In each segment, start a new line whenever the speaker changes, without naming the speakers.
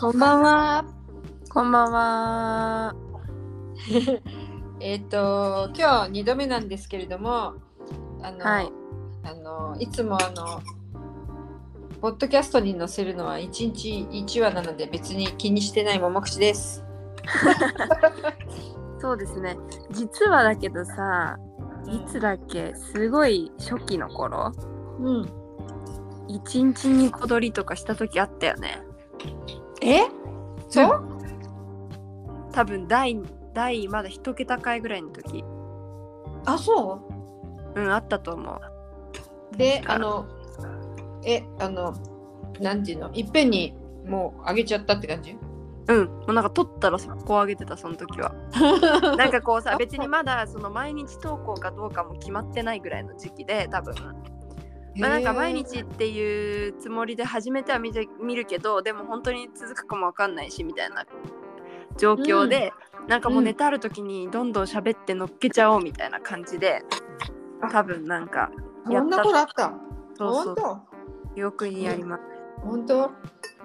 こんばんは。
こんばんは。
えっと今日二度目なんですけれども、あの、
はいい、
あのいつもあのポッドキャストに載せるのは一日一話なので別に気にしてない桃口です。
そうですね。実はだけどさ、いつだっけ、すごい初期の頃、
うん。
一日に小撮りとかした時あったよね。
え？そう？
多分第第まだ一桁回ぐらいの時、
あ、そう？
うんあったと思う。
で
確か
あのえあのなんていうのいっぺんにもうあげちゃったって感じ
うん、もうなんか撮ったら速攻上げてたその時はなんかこうさ別にまだその毎日投稿かどうかも決まってないぐらいの時期で多分、まあ、なんか毎日っていうつもりで始めては見て見るけどでも本当に続くかもわかんないしみたいな状況で、なんかもうネタある時にどんどん喋って乗っけちゃおうみたいな感じで
あ
多分なんか
こんなことあった
そうそう
本
記憶にあります、
当本当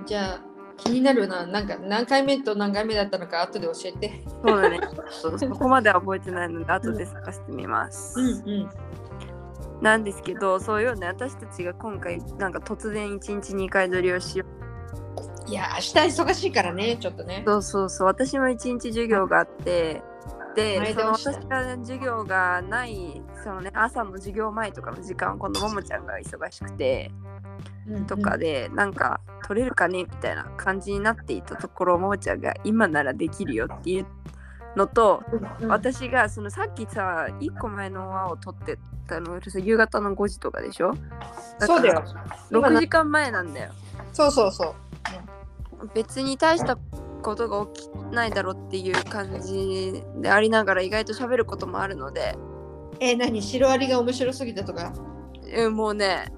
じゃあ気になるななんか何回目と何回目だったのか後で教えて
そうだねちょっとそこまでは覚えてないので後で探してみます、
うん
なんですけどそういうような私たちが今回なんか突然一日2回撮りをしよう
いや明日忙しいからねちょっとね
そうそうそう私も一日授業があって
前
でそ
倒
の
しだ
私が授業がないそのね朝の授業前とかの時間今度ももちゃんが忙しくてとかで、なんか取れるかねみたいな感じになっていたところももちゃんが今ならできるよっていうのと
うん
私がそのさっきさ1個前の輪を取ってたの夕方の5時とかでしょから
そうだよ今
6
な
時間前なんだよ
そうそうそう
別に大したことが起きないだろうっていう感じでありながら意外と喋ることもあるので、
え何シロアリが面白すぎたとか
えもうね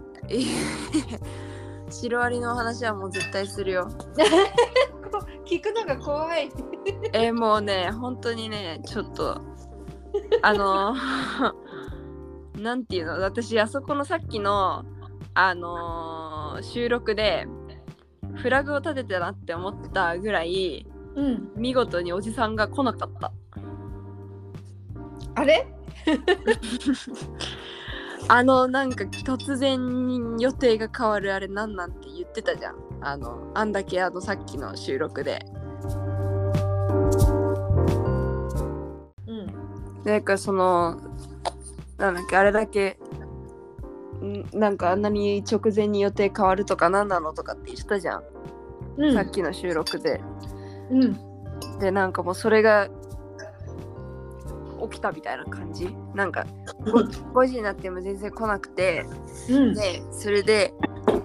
シロアリの話はもう絶対するよ。
聞くのが怖い
えもうね本当にねちょっとあのなんていうの私あそこのさっきのあのー収録でフラグを立てたなって思ったぐらい
うん
見事におじさんが来なかった。
あれ
あのなんか突然予定が変わるあれなんなんて言ってたじゃんあのあんだけあのさっきの収録で
うん
なんかそのなんだっけあれだけんなんかあんなに直前に予定変わるとか何なのとかって言ってたじゃん、
う
さっきの収録で
うん
でなんかもうそれが起きたみたいな感じなんか5時になっても全然来なくて
うん
でそれで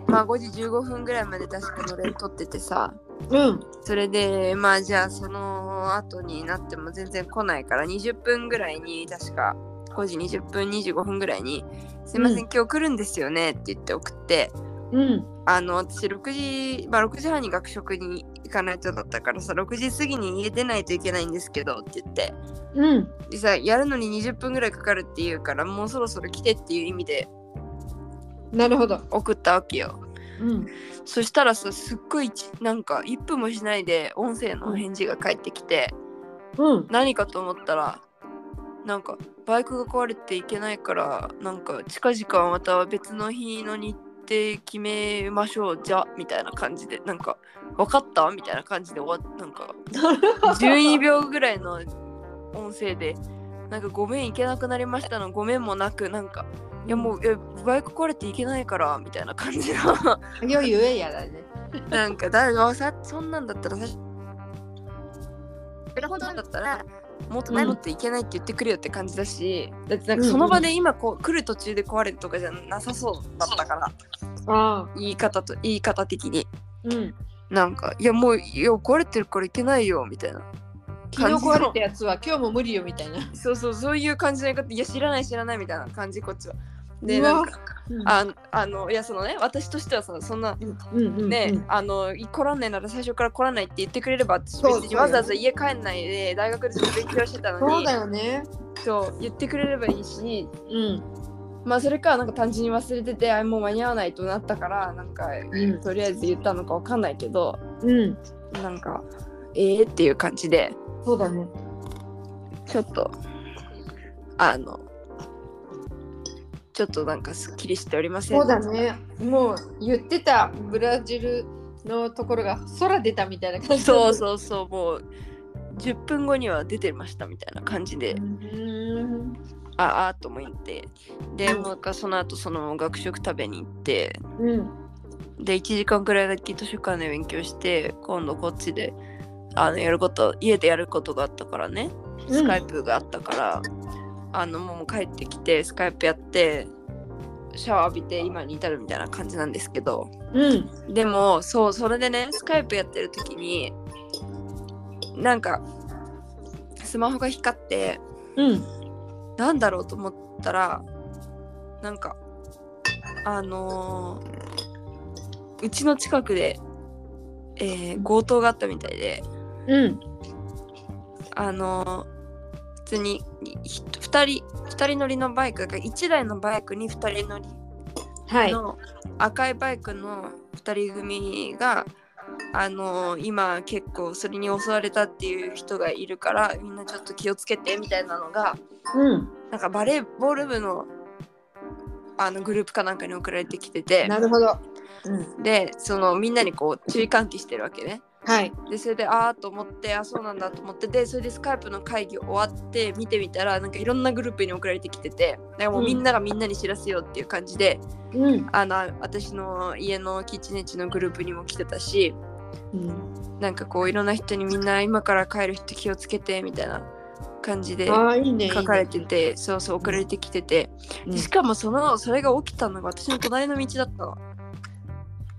まあ5時15分ぐらいまで確かのれ撮っててさ
うん
それでまあじゃあその後になっても全然来ないから20分ぐらいに確か5時20分25分ぐらいに「すいません、
う
今日来るんですよね」って言って送って
うん
あの私6時、まあ、6時半に学食に行かないとだったからさ6時過ぎに家出ないといけないんですけどって言って
うん
でさやるのに20分ぐらいかかるっていうからもうそろそろ来てっていう意味で
なるほど
送ったわけよ
うん
そしたらさすっごいちなんか1分もしないで音声の返事が返ってきて。
うん
何かと思ったらなんかバイクが壊れていけないからなんか近々また別の日の日程決めましょうじゃみたいな感じでなんか分かったみたいな感じで終わっなんか12秒ぐらいの音声でなんかごめん行けなくなりましたのごめんもなくなんかいやもういやバイク壊れていけないからみたいな感じの
よゆえやだね。
なんかだあさそんなんだったらさそれほどだったらもっと何っていけないって言ってくるよって感じだし、だってなんかその場で今こう来る途中で壊れるとかじゃなさそうだったから
ああ、
言い方と言い方的に
うん。
なんかいやもういや壊れてるからいけないよみたいな
昨日壊れたやつは今日も無理よみたいな。
そうそうそういう感じの言い方いや知らない知らないみたいな感じこっちはで
うわ
なんか
あ、
ああのいやそのね私としてはさそんな
うんうん。
ね、あのい来らんないなら最初から来らないって言ってくれれば別
そうそう
にわざわざ家帰んないで大学でずっと勉強してたのに
そうだよね。
そう言ってくれればいいし
うん。
まあそれかなんか単純に忘れててあもう間に合わないとなったからなんか、
うん
とりあえず言ったのかわかんないけど
うん。
なんかええっていう感じで
そうだね。
ちょっとあのちょっとなんかすっきりしておりません
そうだね。もう言ってたブラジルのところが空出たみたいな感じ。
そう
う。
そうそうもう10分後には出てましたみたいな感じで
ん。
ああと思ってでもう一回その後そのまま学食食べに行って
うん。
で1時間くらいだけ図書館で勉強して今度こっちであのやること家でやることがあったからねスカイプがあったから、あのもう帰ってきてスカイプやってシャワー浴びて今に至るみたいな感じなんですけど
うん。
でもそうそれでねスカイプやってる時になんかスマホが光って
うん。
なんだろうと思ったらなんかあのーうちの近くで、えー強盗があったみたいで
うん。
あのー普通に2人二人乗りのバイクが1台のバイクに2人乗り
はい。
の赤いバイクの2人組が、あのー今結構それに襲われたっていう人がいるからみんなちょっと気をつけてみたいなのが
うん。
なんかバレーボール部のあのグループかなんかに送られてきてて
なるほど。うん。
でそのみんなにこう注意喚起してるわけね
はい。
でそれでああと思ってあそうなんだと思ってでそれでスカイプの会議終わって見てみたらなんかいろんなグループに送られてきててだからもうみんながみんなに知らせようっていう感じで、
うん。
あの私の家のキッチンエッジのグループにも来てたし
うん、
なんかこういろんな人にみんな今から帰る人気をつけてみたいな感じで
ああ、いいね。
書かれててそうそう送られてきてて。
いい
で
ね
しかもそのそれが起きたのが私の隣の道だったの。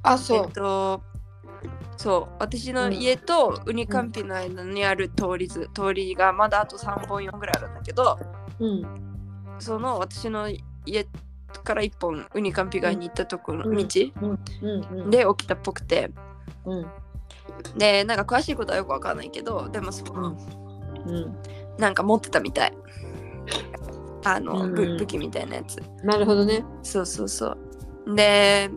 あ、
え
そ
っとそう私の家とウニカンピの間にある通りず通りがまだあと3本4ぐらいあるんだけど
う。うん。
その私の家から1本ウニカンピ街に行ったところ
う
の
ん
道
うん。うん。
で起きたっぽくて
うん。
でなんか詳しいことはよくわかんないけどでもその
うん。
なんか持ってたみたいあの、
うん
ぶ武器みたいなやつ
なるほどね。
そうそうそう。で、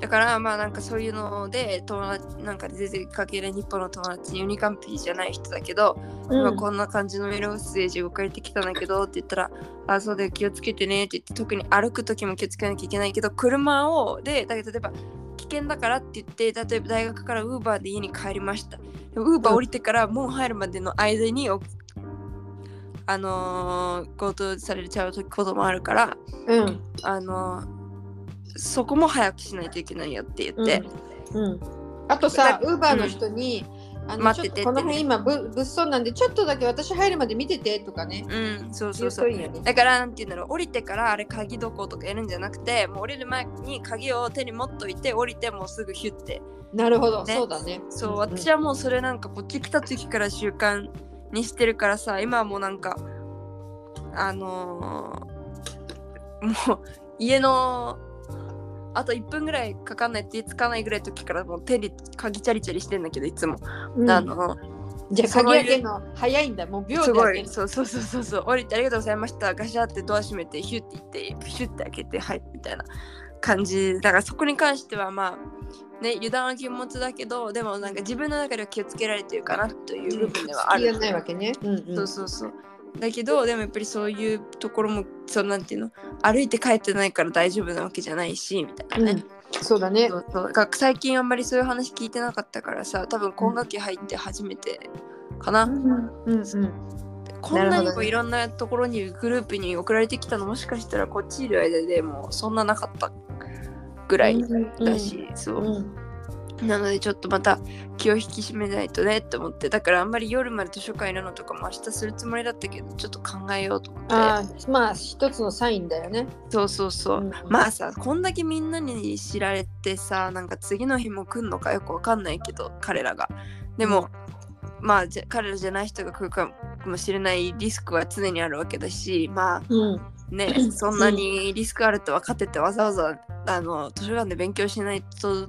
だからまあなんかそういうので友達なんか全然関係ない日本の友達にユニカンピーじゃない人だけど、
う
今
ん。
こんな感じのメールメッセージ送られてきたんだけどって言ったら「あそうだよ気をつけてね」って言って特に歩く時も気をつけなきゃいけないけど車をでだけど例えば危険だからって言って例えば大学からウーバーで家に帰りましたウーバー降りてから門入るまでの間におあのー強盗されちゃう時こともあるから
うん。
あのそこも早くしないといけないよって言って、
うんうん、あとさ、ウーバーの
うん
人に、あの
待って
ちょ
て
っと
ってね
この辺今ぶ物騒なんで、ちょっとだけ私入るまで見ててとかね。
うんそうそうそう
言うといいよね。
だからなんて言うんだろう降りてからあれ鍵どことかやるんじゃなくてもう降りる前に鍵を手に持っといて降りてもうすぐヒュッて
なるほど、
ね
そうだね。
そう私
は、
はもうそれなんかこっち来た時から習慣にしてるからさ今はもうなんかあのーもう家のあと1分ぐらいかかんないってつかないぐらいの時からもう手に鍵チャリチャリしてんだけどいつも、
うん
あの
じゃあ
そう
鍵
いう
開けるの早いんだ、もう秒
す
で
ご
開け
い
る。
そうそうそうそうそう降りてありがとうございましたガシャってドア閉めてヒュッて行ってシュッて開けてはいみたいな感じだからそこに関してはまあね油断は禁物だけどでもなんか自分の中では気をつけられてるかなという部分ではあ
隙
る、
がないわけね。うんうん
そうそうそうだけどでもやっぱりそういうところもそうなんていうの歩いて帰ってないから大丈夫なわけじゃないしみたいなね、
うんそうだね
そ。うそうが最近あんまりそういう話聞いてなかったからさ多分今学期入って初めてかな、
うんうんうん
こんな
な
に
るほど
も
ね
いろんなところにグループに送られてきたのもしかしたらこっちいる間でもうそんななかったぐらいだし、そうう、
ん
なのでちょっとまた気を引き締めないとねって思ってだからあんまり夜まで図書館いるのとかも明日するつもりだったけどちょっと考えようと思って
あーまあ一つのサインだよね。
そうそうそう、
うん
まあさこんだけみんなに知られてさなんか次の日も来んのかよくわかんないけど彼らがでもまあじゃ彼らじゃない人が来るかもしれないリスクは常にあるわけだしまあ
うん
ねそんなにリスクあると分かっててわざわざあの図書館で勉強しないと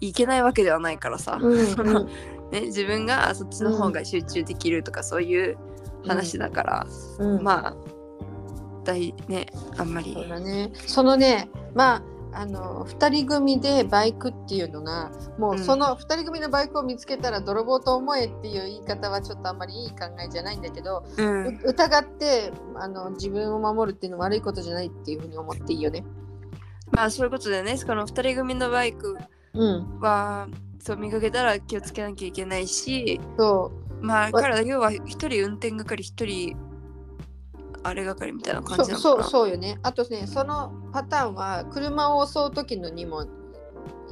いけないわけではないからさ、
うんうん
ね、自分がそっちの方が集中できるとかそういう話だから、
うん
まあ大ねあんまり
そうだね。そのね、まああの2人組でバイクっていうのがもうその2人組のバイクを見つけたら泥棒と思えっていう言い方はちょっとあんまりいい考えじゃないんだけど、
うん、
う疑ってあの自分を守るっていうのは悪いことじゃないっていうふうに思っていいよね。
まあそういうことだよねその2人組のバイク
うん、
はそう見かけたら気をつけなきゃいけないし
そ
まあ
わ
彼ら要は1人運転係1人あれ係みたいな
う
感じ
そ
なのか
そう
な
そうよね。あとねそのパターンは車を襲う時のにも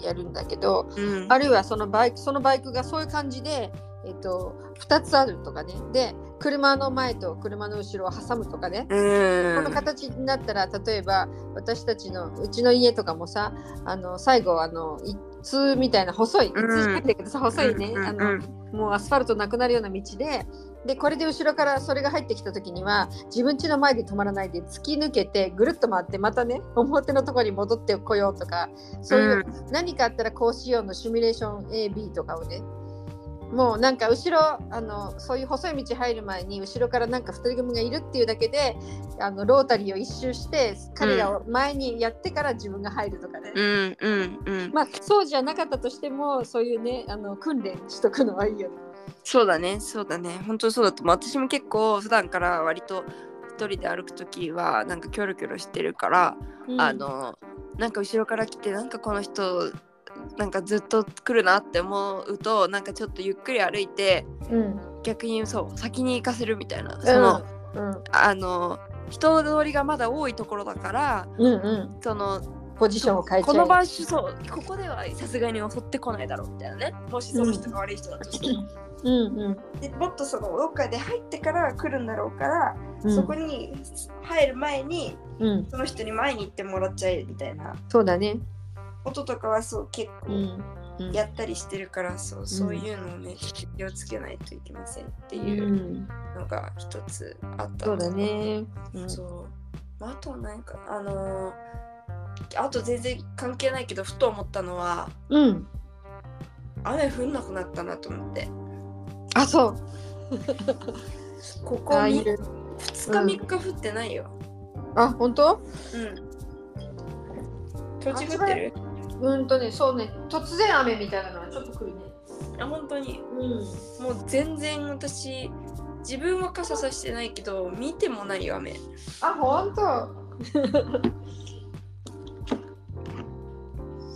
やるんだけど
うん
あるいはそのバイクそのバイクがそういう感じで、えっと2つあるとかねで車の前と車の後ろを挟むとかね。
うん
この形になったら例えば私たちのうちの家とかもさあの最後あの一通みたいな細い一
うん
通じゃないんだけどさ、細いね、
うん
あ
う
の
ん
もうアスファルトなくなるような道ででこれで後ろからそれが入ってきた時には自分家の前で止まらないで突き抜けてぐるっと回ってまたね表のところに戻ってこようとかそういう、何かあったらこうしようのシミュレーション AB とかをねもうなんか後ろあのそういう細い道入る前に後ろからなんか2人組がいるっていうだけであのロータリーを一周して彼らを前にやってから自分が入るとかね、
うんうんうん
まあそうじゃなかったとしてもそういうねあの訓練しとくのはいいよね。
そうだねそうだね本当そうだと思う私も結構普段から割と一人で歩く時はなんかキョロキョロしてるから、あのなんか後ろから来てなんかこの人なんかずっと来るなって思うとなんかちょっとゆっくり歩いて
うん、
逆にそう先に行かせるみたいなその、
うん
あの人通りがまだ多いところだから
うんうん、
その
ポジションを変えちゃ
こ
え
の場所そうここではさすがに襲ってこないだろうみたいなねもしその人が悪い人だとしても、
うんうん
でもっとそのどっかで入ってから来るんだろうから、
うん
そこに入る前に
うん、
その人に前に行ってもらっちゃえみたいな
そうだね。
こととかはそう結
う
構
んうん
やったりしてるから、そうそういうのをね気をつけないといけませんって
う、
いうんのが一つあった
そ
の
うだね。うん
そうまああとはなんかあのーあと全然関係ないけどふと思ったのは
うん、
雨降んなくなったなと思って
あそう
ここ
ああい
2日
う
3日降ってないよ、
あ本当
うん。土地降ってる
うんとねそうね突然雨みたいなのはちょっと来るね
あ本当に
うん
もう全然私自分は傘さしてないけど見てもないよ雨
あ本当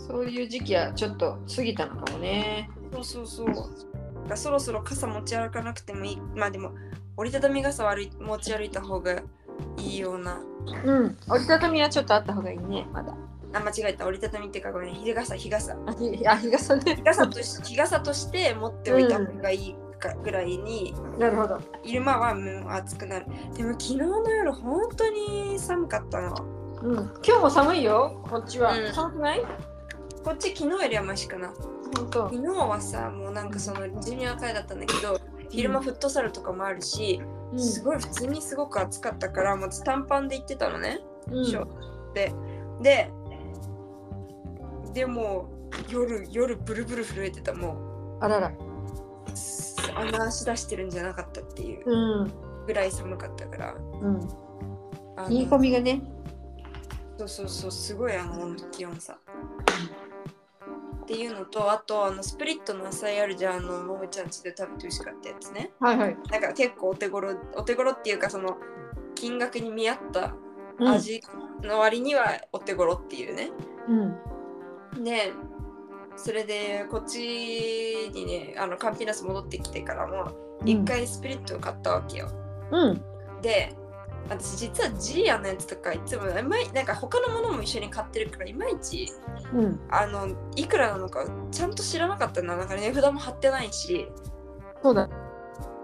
そういう時期はちょっと過ぎたのかもね
そうそうそうそろそろ傘持ち歩かなくてもいいまあでも折りたたみ傘悪い持ち歩いた方がいいような
うん折りたたみはちょっとあった方がいいねまだ
あ間違えた折りたたみっていうかごめん日傘日傘
あひあ日傘ね
日傘と し日傘として持っておいた方がいいかぐらいに、
なるほど
昼間はもう暑くなるでも昨日の夜本当に寒かったの
うん今日も寒いよこっちは、
うん
寒くない
こっち昨日よりはマシかな
本当
昨日はさもうなんかそのジュニア会だったんだけど昼間フットサルとかもあるし、
うん
すごい普通にすごく暑かったからまず短パンで行ってたのね、
うん
ショーでででも夜夜ブルブル震えてたも
あらら
うす穴足出してるんじゃなかったっていう
うん
ぐらい寒かったから
うん
あの
言い込みがね
そうそうそうすごいあの気温差っていうのとあとあのスプリットの野菜あるじゃんあのももちゃんちで食べて美味しかったやつね
はいはい、
なんか結構お手頃お手頃っていうかその金額に見合った
うん、
味の割にはお手頃っていうね。
うん
でそれでこっちにねあのカンピナス戻ってきてからも一回スプリットを買ったわけよ。
うん
で私実はジーヤのやつとかいつもいまいなんか他のものも一緒に買ってるからいまいち
うん
あのいくらなのかちゃんと知らなかったんだなんか値札も貼ってないし
そうだ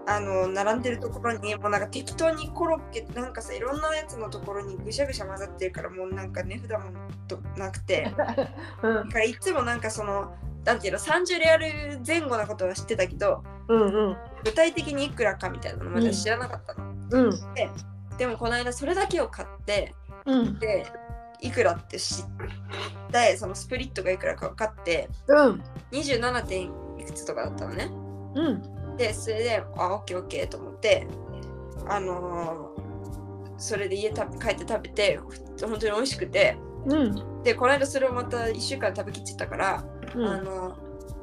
あの並んでるところにもうなんか適当にコロッケなんかさいろんなやつのところにぐしゃぐしゃ混ざってるからもうなんか値札もとなくてだ
うん
からいつもなんかそのなんていうの30レアル前後なことは知ってたけど
うんうん
具体的にいくらかみたいなのまだ知らなかった
う
の、
ん
でもこの間それだけを買って
うん
でいくらって知ってそのスプリットがいくらか分かって
うん
27点いくつとかだったのね
うん
でそれであオッケーオッケーと思ってあのーそれで家た帰って食べて本当に美味しくて
うん。
でこの間それをまた1週間食べきっちゃったから、
う
あ
ん。
の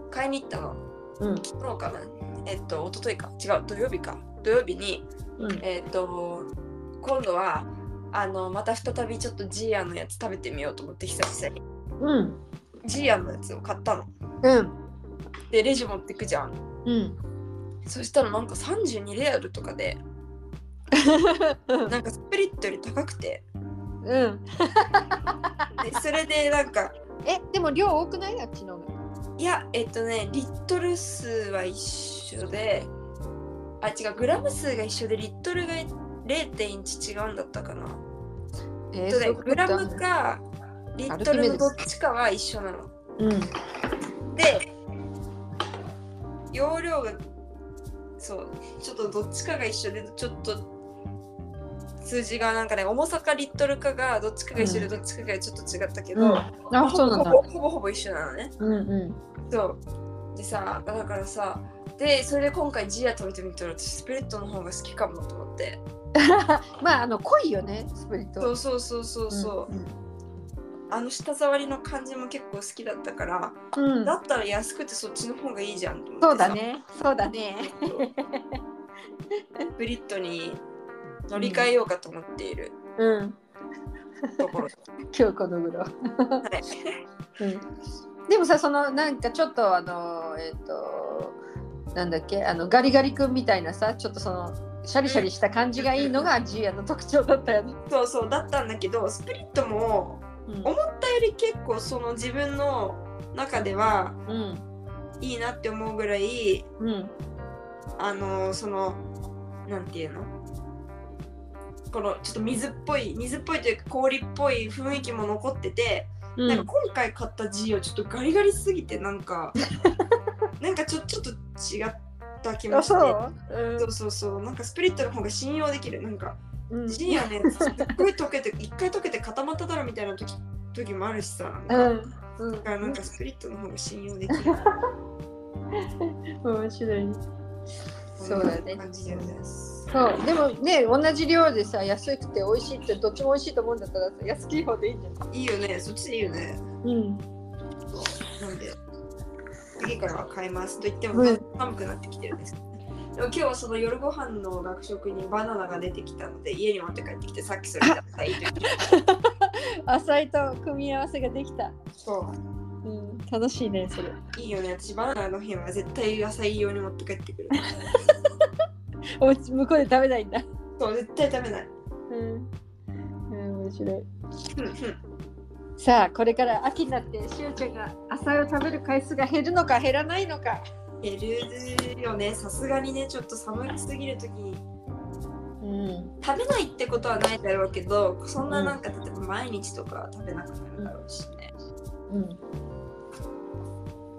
買いに行ったの
うん。
昨日かなえっと一昨日か違う土曜日か土曜日に
うん。
えっと今度はあのまた再びちょっとジーアンのやつ食べてみようと思って久々に
うん。
ジーアンのやつを買ったの
うん。
でレジ持ってくじゃん
うん。
そしたらなんか32レアルとかでなんかスプリットより高くて
うん。
でそれでなんか
え、でも量多くないあっちの方が。
いやえっとねリットル数は一緒であ違うグラム数が一緒でリットルが0.1違うんだったかな、
えー
えっと
そ
ね
ういうこと
グ
ってあ
ラ
るの
ムかリットルのどっちかは一緒なの
うん。
で容量がそうちょっとどっちかが一緒でちょっと数字がなんかね重さかリットルかがどっちかが一緒で
うん
どっちかがちょっと違ったけど、
うん。
ほ
あ、
ぼ
そうなんだ
ほ。ぼほぼほぼ一緒なのね
うんう
そうでさだからさでそれで今回ジア食べてみたら私スプリットの方が好きかもと思って
ん。まあ、あの、濃いよね、スプリット。
そうそうそうそうそう、あの舌触りの感じも結構好きだったから、
うん。うん
だったら安くてそっちの方がいいじゃんと思ってさ
そうだね。そうだね。
スプリットに乗り換えようかと思っている
うん。
ところ、
今日この頃。
はい
でもさそのなんかちょっとあのえっ、となんだっけあのガリガリ君みたいなさちょっとそのシャリシャリした感じがいいのがジーヤの特徴だったよね。
そうそうだったんだけどスプリットも
うん
思ったより結構その自分の中では
うん
いいなって思うぐらい
うん
あのそのなんていうのこのちょっと水っぽい水っぽいというか氷っぽい雰囲気も残ってて、
う
なんか
ん
今回買ったジーをちょっとガリガリすぎてなんか なんかちょちょっと違った気も
あ
して
そう
そうそうそうなんかスプリットの方が信用できるなんか
うん
ジーンねすっごい溶けて一回溶けて固まっただろみたいな時時もあるしさなん
う
か,、
んうん
だからなんかスプリットの方が信用できる
面白いそうだね
感じです
そうでもね同じ量でさ安くて美味しいってどっちも美味しいと思うんだったらさ安き方でいいんじゃない
いいよねそっちでいいよね
うん
そうなんで次からは買いますと言っても、
うん
寒くなってきてるんですけどねでも今日はその夜ご飯の学食にバナナが出てきたので家に持って帰ってきてさっきそれだったらいいと言って
浅いと組み合わせができた、
そ
うん、楽しいねそれ
ういいよね私バナナの日は絶対野菜用に持って帰ってくる
お家向こうで食べないんだ
そう絶対食べない
うん、うん、面白い
うんうん
さあこれから秋になってしおちゃんが浅いを食べる回数が減るのか減らないのか、
減るよねさすがにねちょっと寒すぎる時に
うん、
食べないってことはないだろうけどそんななんか例えば毎日とか食べなくなるだろうしね、
うん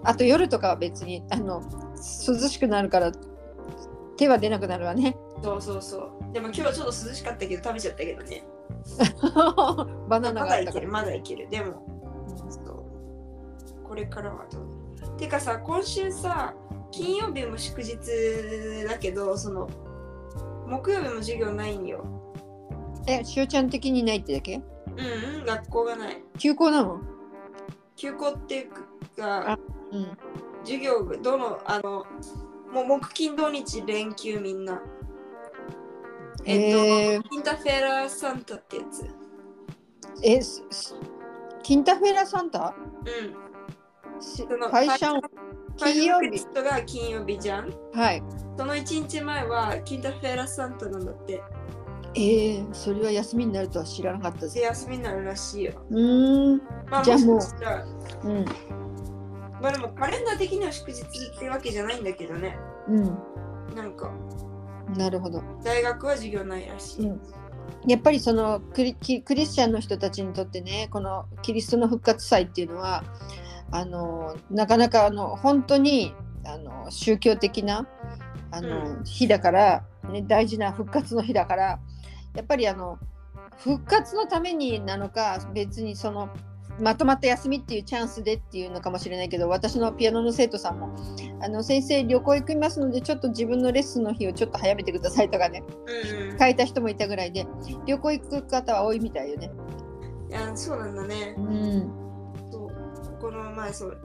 あと夜とかは別にあの涼しくなるから手は出なくなるわね
そうそうそうでも今日はちょっと涼しかったけど食べちゃったけどね
バナナ
ま
があ
だ
っ
い
た
け
から
るまだいけるでもそうこれからはどうてかさ今週さ金曜日も祝日だけどその木曜日も授業ないんよ
えしおちゃん的にないってだけ
うんうん学校がない
休校なの
休校っていうか
うん
授業がどのあのもう木金土日連休みんなえ
えー
インターフェラーサンタってやつ
えすすキンタフェラサンタ
うん
し
その
会社を金曜
ファイナルクレ
日
ジットが金曜日じゃん
はい
その1日前はキンタフェラーサンタなんだって
えー、それは休みになるとは知らなかった
で
ぜ
休みになるらしいよ
うーん
まあ
じゃあもう
しかしたら
うん
まあでもカレンダー的には祝日ってわけじゃないんだけどね
う
なんか
ん、なるほど。
大学は授業ないらしい、
うんやっぱりそのクリキクリスチャンの人たちにとってねこのキリストの復活祭っていうのはあのなかなかあの本当にあの宗教的なあの、日だから、ね、大事な復活の日だからやっぱりあの復活のためになのか別にそのまとまった休みっていうチャンスでっていうのかもしれないけど私のピアノの生徒さんもあの先生旅行行きますのでちょっと自分のレッスンの日をちょっと早めてくださいとかね
うんうん
変えた人もいたぐらいで旅行行く方は多いみたいよね。
いやうん、そうなんだね
う。ん
そうここのまあそう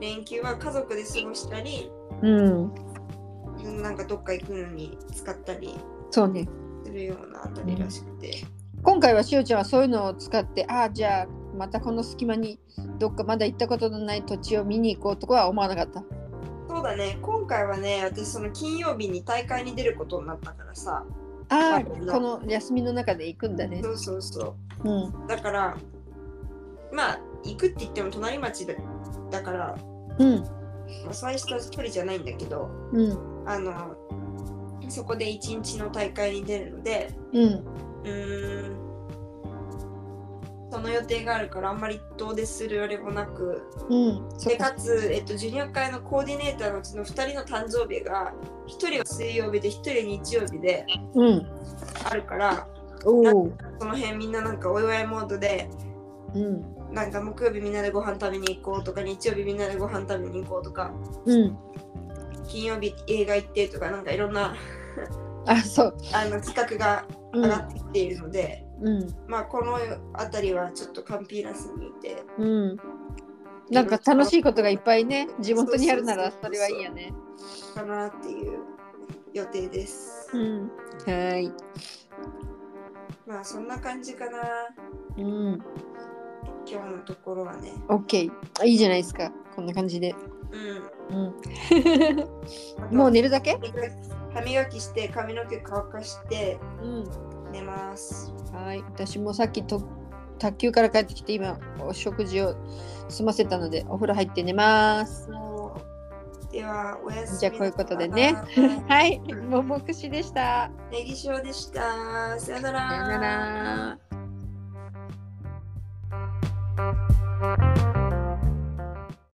連休は家族で過ごしたり、
うん
なんかどっか行くのに使ったり
そうね
するようなあたりらしくて。
今回はしおちゃんはそういうのを使ってああじゃあまたこの隙間にどっかまだ行ったことのない土地を見に行こうとかは思わなかった
そうだね、今回はね、私その金曜日に大会に出ることになったからさ、
ああ
うん
この休みの中で行くんだね
そうそうそ
うん
う。だから、まあ、行くって言っても隣町だだから、
うん
まあ、最初と距離じゃないんだけど、
うん
あの、そこで一日の大会に出るので、
うん
うーん、その予定があるからあんまり遠出するあれもなく、
うんそ
で
っ
か
か
つ、えっと、ジュニア会のコーディネーターのうちの2人の誕生日が1人は水曜日で1人は日曜日で
うん
あるから
おお
その辺みんななんかお祝いモードで
うん
なんか木曜日みんなでご飯食べに行こうとか日曜日みんなでご飯食べに行こうとか
うん
金曜日映画行ってとかなんかいろんな
あそう
あの企画が
う
上が
ん
ってきているので、
うん
まあこの辺りはちょっとカンピーナスにいて
うんなんか楽しいことがいっぱいね地元にあるならそれはいいよね
かなっていう予定です。
うんはい
まあそんな感じかな
うん
今日のところはね。
OK いいじゃないですかこんな感じで
うん
うん
あと
もう寝るだけ
歯磨きして髪の毛乾かして
うん
寝ます。
はい、私もさっきと卓球から帰ってきて今お食事を済ませたのでお風呂入って寝ます。
そうではおやすみ
じゃあこういうことでね
は
はい、
い
ももくしでした。
ネギ塩でした。さよなら。
さよなら。